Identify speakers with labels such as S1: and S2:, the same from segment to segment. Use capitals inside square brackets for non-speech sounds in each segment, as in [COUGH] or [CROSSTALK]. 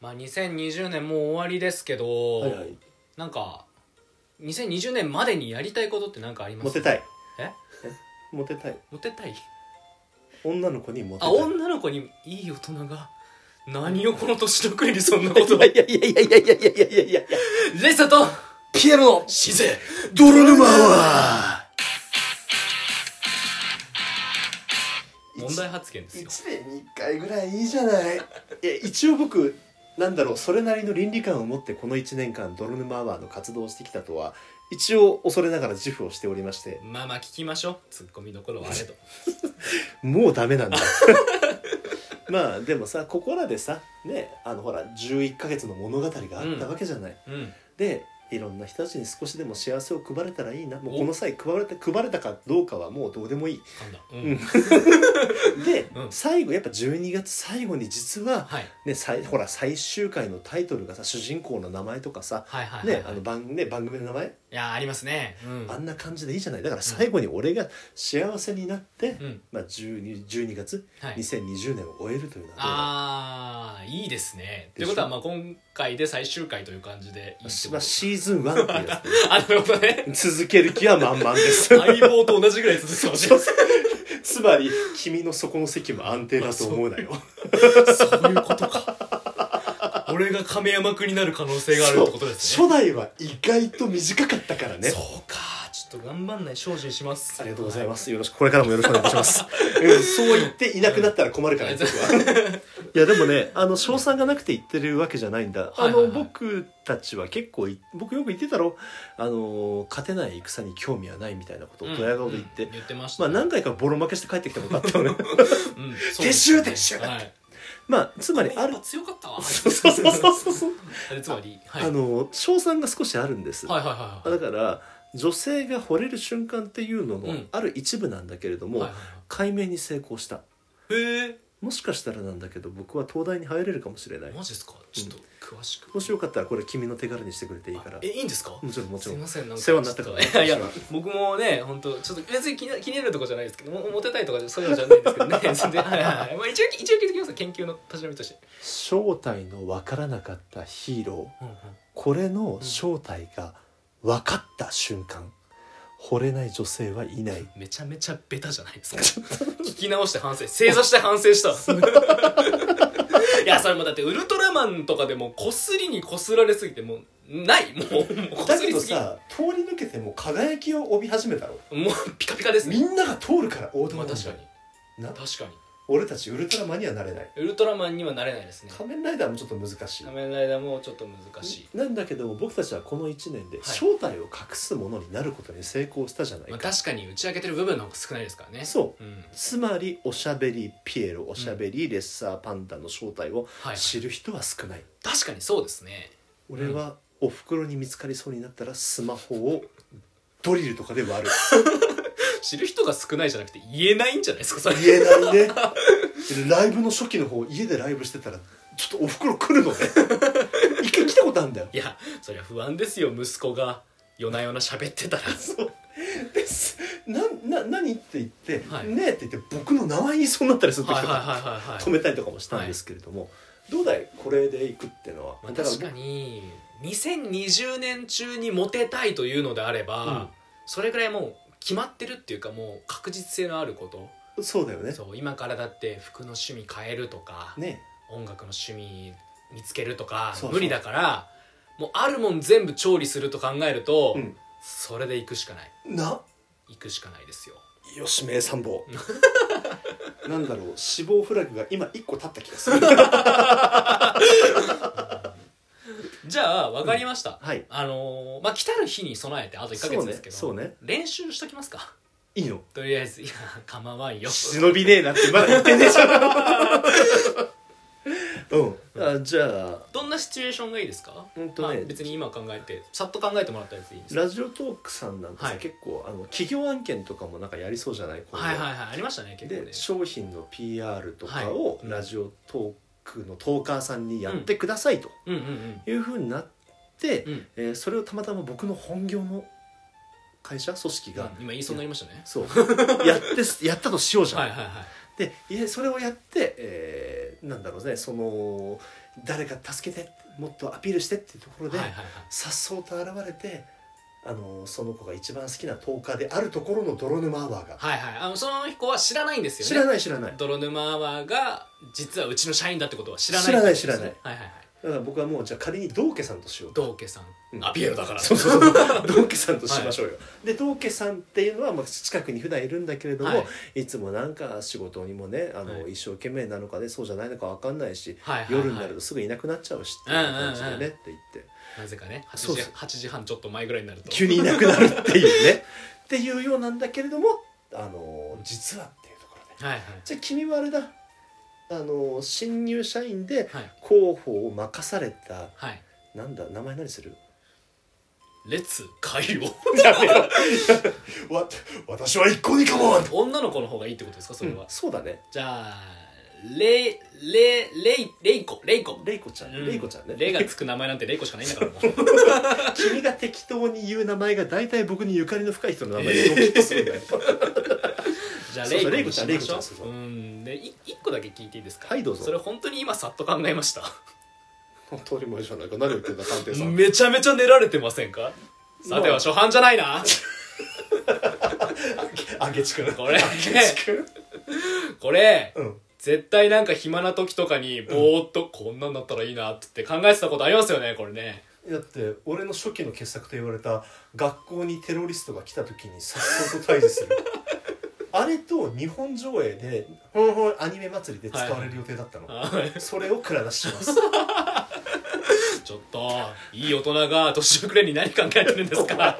S1: まあ、2020年もう終わりですけど、
S2: はいはい
S1: なんか2020年までにやりたいことって何かあります
S2: モテたい
S1: え
S2: モテたい
S1: モテたい
S2: 女の子にモテた
S1: あ
S2: い
S1: 女の子にいい大人が何をこの年のくりにそんなこと
S2: いやいやいやいやいやいやいやいやいや
S1: レイサと
S2: ピエロの
S1: シゼ
S2: 泥沼は
S1: 問題発言です
S2: 1
S1: よ
S2: 年に1回ぐらいいいじゃないいや一応僕なんだろうそれなりの倫理観を持ってこの1年間泥沼アワーの活動をしてきたとは一応恐れながら自負をしておりまして
S1: まあまあ聞きましょうツッコミどころはあれと
S2: もうダメなんだ [LAUGHS] まあでもさここらでさねあのほら11ヶ月の物語があったわけじゃない、
S1: うん
S2: でいろんな人たちに少しでも幸せを配れたらいいなもうこの際配れた配れたかどうかはもうどうでもいい
S1: 噛んだうん、
S2: うんで、
S1: うん
S2: 最後やっぱ12月最後に実は、
S1: はい
S2: ね、さいほら最終回のタイトルがさ主人公の名前とかさ、
S1: はいはいはい、
S2: ね
S1: は
S2: あ
S1: い、
S2: の番ね番組の名前、
S1: いやありますねうん
S2: あんな感じでいいじゃないだから最後に俺が幸せになって、
S1: うん
S2: まあ、12, 12月
S1: はい
S2: 2020年を終えるというのはどうだろう
S1: ああいいですねと
S2: で
S1: い
S2: し
S1: うこ
S2: ょ
S1: とはまあ今回で最終回という感じでいいってこ
S2: ま
S1: と
S2: あ、シーズン1ってやつ
S1: あなるほどね
S2: で続ける気は満々です
S1: 相棒と同じぐらい続くかもしれない
S2: [LAUGHS] つまり君の底の席も安定だと思うなよ
S1: そういうことか。俺が亀山くんになる可能性があるってことです
S2: [LAUGHS] そ
S1: ね。
S2: う初代は意外と短かったからね
S1: そうか。ちょっと頑張んない精進します。
S2: ありがとうございます。よろしく、これからもよろしくお願いいたします。 [LAUGHS] うんそう言っていなくなったら困るから、
S1: うん
S2: 僕は。いや、でもね、あの、賞賛がなくて言ってるわけじゃないんだ。あ
S1: はい
S2: の、
S1: はいはい
S2: 僕たちは結構い、僕よく言ってたろ、あの、勝てない戦に興味はないみたいなことを
S1: うん
S2: ドヤ顔で言って、
S1: うん言ってまし
S2: ま
S1: たね。
S2: あ何回かボロ負けして帰ってきたことあったのね。
S1: うん、
S2: 撤収撤収
S1: はい。
S2: まあ、つまり、あ
S1: あ
S2: [LAUGHS] る
S1: れ、強かったわ。
S2: そうそうそうそうそう。
S1: あれつまり、はい。
S2: あの、賞賛が少しあるんです。
S1: はいはいはいはい。
S2: だから、女性が惚れる瞬間っていうの
S1: う
S2: の
S1: ん
S2: ある一部なんだけれども、
S1: はいは
S2: 解明に成功した。
S1: いはい、へ
S2: もしかしたらなんだけど僕は東大に入れるかもしれな
S1: え
S2: い
S1: マジですかちょっと詳しく、
S2: もしよかったらこれ君の手軽にしてくれていいから
S1: あえいいんですか
S2: もちろんもち
S1: す
S2: ろ
S1: い
S2: ん
S1: ませんなんか
S2: 世話になったから
S1: ちょっといやいや僕もね本当ちょっと別に気に気になるとかじゃないですけどもモテたいとかじゃそういうのじゃないですけどね全然はいはい
S2: [LAUGHS]
S1: はいまあ一応一応聞いてきますよ研究の立ち並みとして、
S2: 正体の分からなかったヒーロー
S1: うんうん、
S2: これの正体が分かった瞬間惚れない女性はいない
S1: めちゃめちゃベタじゃないですか [LAUGHS] 聞き直して反省正座して反省した
S2: [LAUGHS]
S1: いやそれもだってウルトラマンとかでもこすりにこすられすぎてもうないもうもうこ
S2: だ
S1: す
S2: け
S1: り
S2: ど
S1: すぎも
S2: さ通り抜けても輝きを帯び始めたろ
S1: うピカピカですね
S2: みんなが通るから王道
S1: ま
S2: な
S1: あ
S2: んだ
S1: 確かに
S2: な
S1: 確かに
S2: 俺たちウルトラマンにはなれない
S1: ウルトラマンにはなれないですね
S2: 仮面ライダーもちょっと難しい
S1: 仮面ライダーもちょっと難しい、
S2: なんだけども僕たちはこの1年で
S1: い
S2: 正体を隠すものになることに成功したじゃない
S1: まあ、
S2: か、
S1: 確かに打ち明けてる部分の方が少ないですからね
S2: そう
S1: う、ん、
S2: つまりおしゃべりピエロおしゃべりレッサーパンダの正体を
S1: はい
S2: 知る人は少ない、
S1: 確かにそうですね
S2: 俺はおふくろに見つかりそうになったらスマホをドリルとかで割る
S1: 知る人が少ないじゃなくて言えないんじゃないですかそれ
S2: 言えないねライブの初期の方家でライブしてたらちょっとおふくろ来 [LAUGHS] るのね一回来たことあるんだよ
S1: いやそりゃ不安ですよ息子が夜な夜な喋ってたら
S2: ですなんな何って言って「
S1: はい
S2: ねえ」って言って僕の名前言いそうになったりする時と
S1: は
S2: か、
S1: いはいはいはいはい
S2: 止めたりとかもしたんですけれども、どうだいこれでいくってのは、
S1: まあ、
S2: だから
S1: 確かに2020年中にモテたいというのであれば、
S2: うん
S1: それぐらいもう決まってるっていうかもう確実性のあること
S2: 僕そうだよね
S1: そう今からだって服の趣味変えるとか、
S2: ね
S1: 音楽の趣味見つけるとか
S2: そうそう
S1: 無理だからもうあるもん全部調理すると考えると、
S2: うん
S1: それで行くしかない
S2: な
S1: 行くしかないですよ
S2: よし名参 [LAUGHS] 謀なんだろう死亡フラグが今一個立った気がす [LAUGHS] る
S1: じゃあ分かりました、
S2: はい
S1: あのーまあ来たる日に備えてあと1か月ですけど
S2: そうねそうね
S1: 練習しときますか [LAUGHS]
S2: いいの
S1: とりあえずいや構わんよ
S2: 忍びねえなってまだ言ってねえじゃ [LAUGHS] んうんあじゃあ
S1: どんなシチュエーションがいいですか、
S2: うん
S1: ま
S2: と
S1: あ、
S2: ね、
S1: 別に今考えてさっと考えてもらったやつでいいです
S2: ラジオトークさんなんてさ、
S1: はい
S2: 結構あの企業案件とかもなんかやりそうじゃない今度
S1: はいはいはいありましたね結構ね
S2: で商品の PR とかを
S1: はい
S2: ラジオトークのトーカーさんにやってくださいと
S1: うんうん
S2: いうふうになって、
S1: うんうん
S2: えーそれをたまたま僕の本業の会社組織が、
S1: 今言いそうになりましたね
S2: そうやってやったとしようじゃん、
S1: はいはいはい
S2: でいえそれをやって、えーなんだろうねその誰か助けてもっとアピールしてっていうところで、
S1: はいはいはい
S2: さっそうと現れてあのその子が一番好きな10日であるところの泥沼アワーが、
S1: はいはいあのその子は知らないんですよね
S2: 知らない知らない
S1: 泥沼アワーが実はうちの社員だってことは知らない
S2: 知らない
S1: ってことですね
S2: 知
S1: はいはいはい
S2: だから僕はもうじゃあ仮に道家さんとしよう
S1: 道家さん、
S2: うん
S1: アピエロだから
S2: [LAUGHS] そうそうそう道家さんとしましょうよ、で道家さんっていうのはまあ近くに普段いるんだけれども、、
S1: はい
S2: つもなんか仕事にもねあの、
S1: はい
S2: 一生懸命なのかねそうじゃないのか分かんないし、
S1: はいはいはい
S2: 夜になるとすぐいなくなっちゃうしっていう感じでね、
S1: うんうんうん
S2: って言って
S1: なぜかね8時
S2: そうそう
S1: 8時半ちょっと前ぐらいになると
S2: 急にいなくなるっていうね [LAUGHS] っていうようなんだけれどもあの実はっていうところで
S1: はいはい
S2: じゃあ君はあれだあの新入社員で
S1: はい
S2: 広報を任された
S1: はい
S2: なんだ名前何する
S1: 列海王
S2: やめろわ私は一向に構わん
S1: [LAUGHS] 女の子の方がいいってことですかそれは、
S2: うんそうだね
S1: じゃあレイレイレイレイコレイコ
S2: レイコちゃん、
S1: うん
S2: レイコちゃんね
S1: レがつく名前なんてレイコしかないんだ
S2: [LAUGHS]
S1: からもう
S2: 君が適当に言う名前が大体僕にゆかりの深い人の名前でドキッとするんだよ
S1: じゃあ
S2: そうそう
S1: レイコにし
S2: レイ
S1: ま
S2: コ
S1: し
S2: ちゃ
S1: ょ
S2: ん
S1: う
S2: そうそう
S1: うんでい一個だけ聞いていいですか
S2: はいどうぞ
S1: それ本当に今さっと考えました
S2: 通り前じゃないか何を言ってんだ探偵さん
S1: めちゃめちゃ練られてませんかさては初版じゃないな
S2: あげちくん
S1: これ
S2: くん
S1: これ
S2: うん
S1: 絶対なんか暇な時とかにぼーっとこんなんなったらいいなって考えてたことありますよねこれね
S2: だって俺の初期の傑作と言われた学校にテロリストが来た時にさっそうと対峙す
S1: [LAUGHS]
S2: るあれと日本上映でほんほんアニメ祭りで使われる予定だったの、
S1: あ
S2: それを蔵出しします
S1: [LAUGHS] ちょっといい大人が年遅れに何考えてるんですか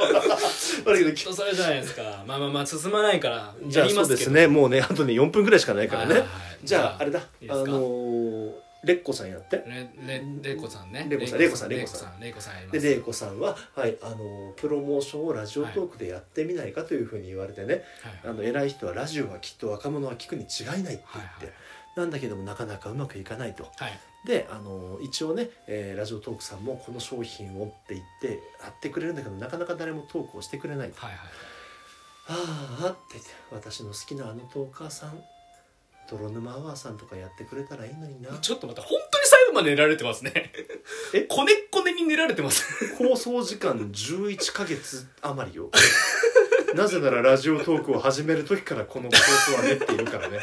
S2: 悪いけど
S1: きっとそれじゃないですかまあまあまあ進まないから
S2: じゃ
S1: や
S2: あ
S1: り
S2: そ
S1: ま
S2: う
S1: す
S2: で
S1: け
S2: す
S1: ど
S2: ねもうねあとね4分ぐらいしかないから
S1: は
S2: ね
S1: いはいはい
S2: じゃああれだ
S1: いいで
S2: あ
S1: す
S2: の
S1: か
S2: ーレッコさんやって
S1: レレレイコさんね
S2: レイコさんレイコさんレイ
S1: レイ
S2: コさ
S1: コさんレイコさんやりま
S2: ですレイコさんは、はい、あのープロモーションをラジオトークでやってみないかというふうに言われてね、
S1: はい
S2: あの偉い人はラジオはきっと若者は聞くに違いないって言って、
S1: はいはい
S2: なんだけどもなかなかうまくいかないと
S1: はい
S2: であの一応ね、えーラジオトークさんもこの商品をって言って貼ってくれるんだけどなかなか誰もトークをしてくれないと「は
S1: はいはい
S2: あ」って言って「私の好きなあのトーカーさん泥沼アワーさんとかやってくれたらいいのにな
S1: ちょっと待って、本当に最後まで寝られてますね。
S2: え
S1: こねっこねに寝られてます。」
S2: 放送時間11ヶ月余 [LAUGHS] りよなぜならラジオトークを始める時からこの放送は練っているからね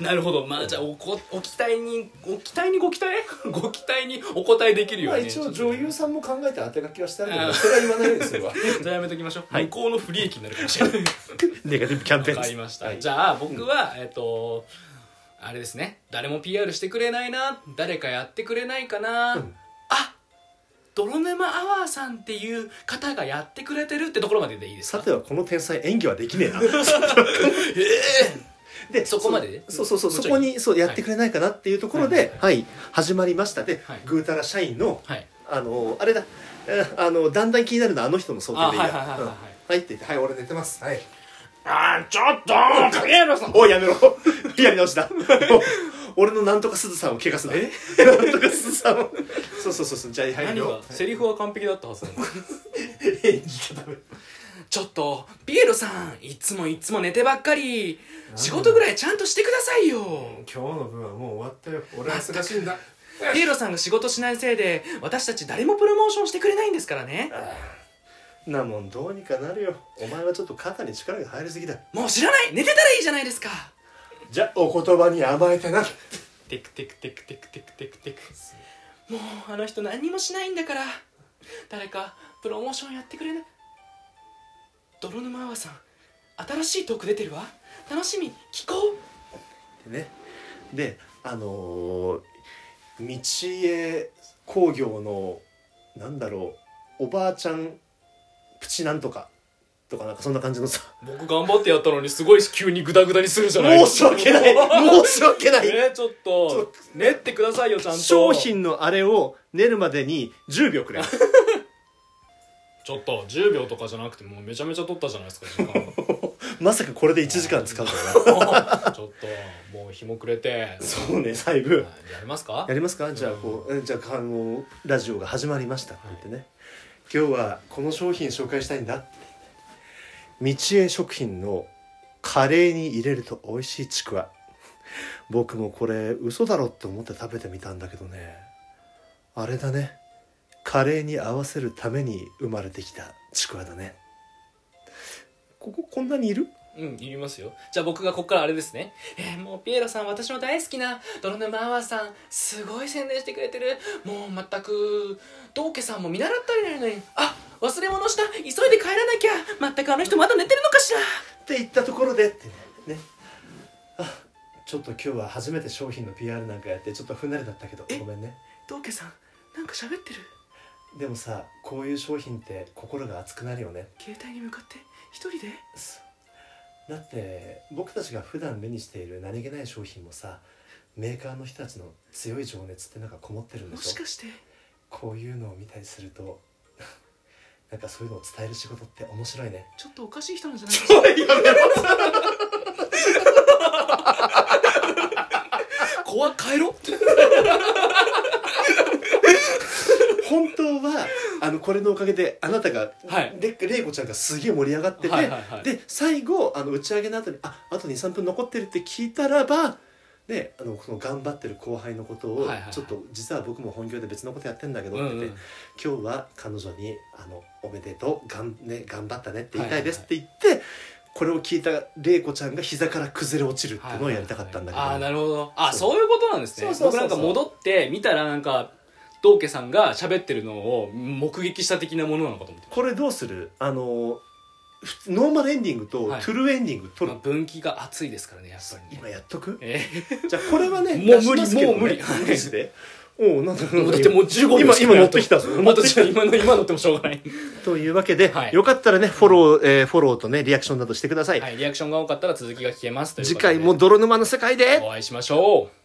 S1: なるほど。まあ、じゃあ、おこ、お期待に、お期待にご期待 [LAUGHS] ご期待にお答えできるよ
S2: ま
S1: う
S2: あ
S1: に、
S2: 一応女優
S1: さ
S2: さんも考えて当て書きはしてあるけ
S1: あ
S2: ど
S1: ー
S2: それは言わないようにするわ
S1: ん。じゃあやめときましょう。
S2: はい
S1: 向こうの不利益になるかもし [LAUGHS] れない。
S2: [LAUGHS] ネガティブキャンペ
S1: わ
S2: ーンで
S1: か
S2: す
S1: りました。
S2: はい
S1: じゃあ、僕は、えっと、あれですね。誰も PR してくれないな。誰かやってくれないかな。
S2: うん
S1: あ泥沼アワーさんっていう方がやってくれてるってところまででいいです
S2: さ
S1: か
S2: てはこの天才演技はでき [LAUGHS] ねえなで
S1: そこまでね
S2: そうそうそう
S1: もう
S2: そ
S1: ち
S2: こ
S1: ょい
S2: にそうやってくれないかなっていうところではい、始まりましたで、
S1: はい
S2: ぐうたら社員の
S1: はい。
S2: あのあれだえーあのだんだん気になるのはあの人の想定でいいや
S1: あはいはいはいはいはい
S2: うんはいって言って「はい俺寝てま
S1: [LAUGHS]
S2: す」はい
S1: あー、ちょっと影山さん
S2: 「おいやめろ [LAUGHS] やり
S1: [LAUGHS]
S2: 直しだ」お俺のなんとかすずさんを怪我すな
S1: え
S2: [LAUGHS] なんとかすずさんをそうそうそうそうじゃあはい
S1: 何が
S2: よ
S1: セリフは完璧だったはずなの
S2: 演技がダメ
S1: ちょっとピエロさんいつもいつも寝てばっかり仕事ぐらいちゃんとしてくださいよ
S2: 今日の分はもう終わったよ俺は忙しいんだ
S1: ピエロさんが仕事しないせいで私たち誰もプロモーションしてくれないんですからね
S2: なもんどうにかなるよお前はちょっと肩に力が入りすぎだ
S1: もう知らない寝てたらいいじゃないですか
S2: じゃあお言葉に甘えてな
S1: テクテクテクテクテクテクテクもうあの人何にもしないんだから誰かプロモーションやってくれない泥沼アワさん新しいトーク出てるわ楽しみ聞こう
S2: でねであのー道江工業のなんだろうおばあちゃんプチなんとかとかなんかそんな感じのさ
S1: 僕頑張ってやったのにすごい急にグダグダにするじゃない
S2: 申し訳ない申し訳な
S1: ね
S2: い
S1: えちょっと練ってくださいよちゃんと
S2: 商品のあれを練るまでに10秒く [LAUGHS] れ
S1: ちょっと10秒とかじゃなくてもうめちゃめちゃ取ったじゃないですか時
S2: [LAUGHS]
S1: 間
S2: まさかこれで1時
S1: [LAUGHS]
S2: 間使うからな
S1: ちょっともう日も暮れて
S2: そうね細部
S1: はいやりますか
S2: やりますかじゃあこう、うん、じゃああのラジオが始まりましたって言ってね、今日はこの商品紹介したいんだって道江食品のカレーに入れると美味しいちくわ僕もこれ嘘だろって思って食べてみたんだけどねあれだねカレーに合わせるために生まれてきたちくわだねこここんなにいる
S1: うん、言いますよ。じゃあ僕がこっからあれですね。えーもうピエロさん、私の大好きな泥沼アワーさん、すごい宣伝してくれてる。もう全く、道家さんも見習ったりなのに、あ忘れ物した急いで帰らなきゃ全くあの人まだ寝てるのかしら
S2: って言ったところでってねねあちょっと今日は初めて商品の PR なんかやってちょっと不慣れだったけど
S1: え
S2: ごめんね
S1: 道家さん、なんか喋ってる。
S2: でもさこういう商品って心が熱くなるよね
S1: 携帯に向かって、一人で
S2: だって僕たちが普段目にしている何気ない商品もさメーカーの人たちの強い情熱ってなんかこもってるんで
S1: も
S2: しょ
S1: しかして、
S2: こういうのを見たりすると [LAUGHS] なんかそういうのを伝える仕事って面白いね
S1: ちょっとおかしい人なんじゃないかし
S2: おいやめろ
S1: ら怖っ、帰ろう
S2: 本当はあのこれのおかげであなたが、
S1: はい
S2: で玲子ちゃんがすげえ盛り上がってて、
S1: はいはいはい
S2: で最後あの打ち上げの後にああと23分残ってるって聞いたらばね、あのその頑張ってる後輩のことを、
S1: はいはいはい
S2: ちょっと実は僕も本業で別のことやってんだけど
S1: う
S2: って
S1: ん
S2: 言って、
S1: うん
S2: 今日は彼女に「あのおめでとうがん、ね、頑張ったね」って言いたいですっ
S1: は
S2: て言って、これを聞いた玲子ちゃんが膝から崩れ落ちるっていうのをやりたかったんだけど、
S1: ああーなるほどあ
S2: そう
S1: そういうことなんですね
S2: そうそうそうそう
S1: 僕なんか戻って見たらなんか道家さんが喋ってるのを目撃した的なものなのかと思って
S2: これどうするあのふつノーマルエンディングとト
S1: はい
S2: ゥルーエンディング取
S1: ま
S2: る、
S1: あ、分岐が熱いですからねやっぱりね
S2: 今やっとく
S1: え
S2: じゃあこれはね
S1: もう無理
S2: 出しますけど
S1: も
S2: ね
S1: う無理
S2: マジでおうなんだ
S1: ー、もうだってもう15秒
S2: 今
S1: しか
S2: 今
S1: ない
S2: 乗ってきたぞ
S1: またじゃあ今の今乗ってもしょうがない
S2: というわけで、
S1: はい
S2: よかったらねフォロー、えーフォローとねリアクションなどしてください、
S1: はいリアクションが多かったら続きが聞けますというこ
S2: 次
S1: とで
S2: 回も泥沼の世界で
S1: お会いしましょう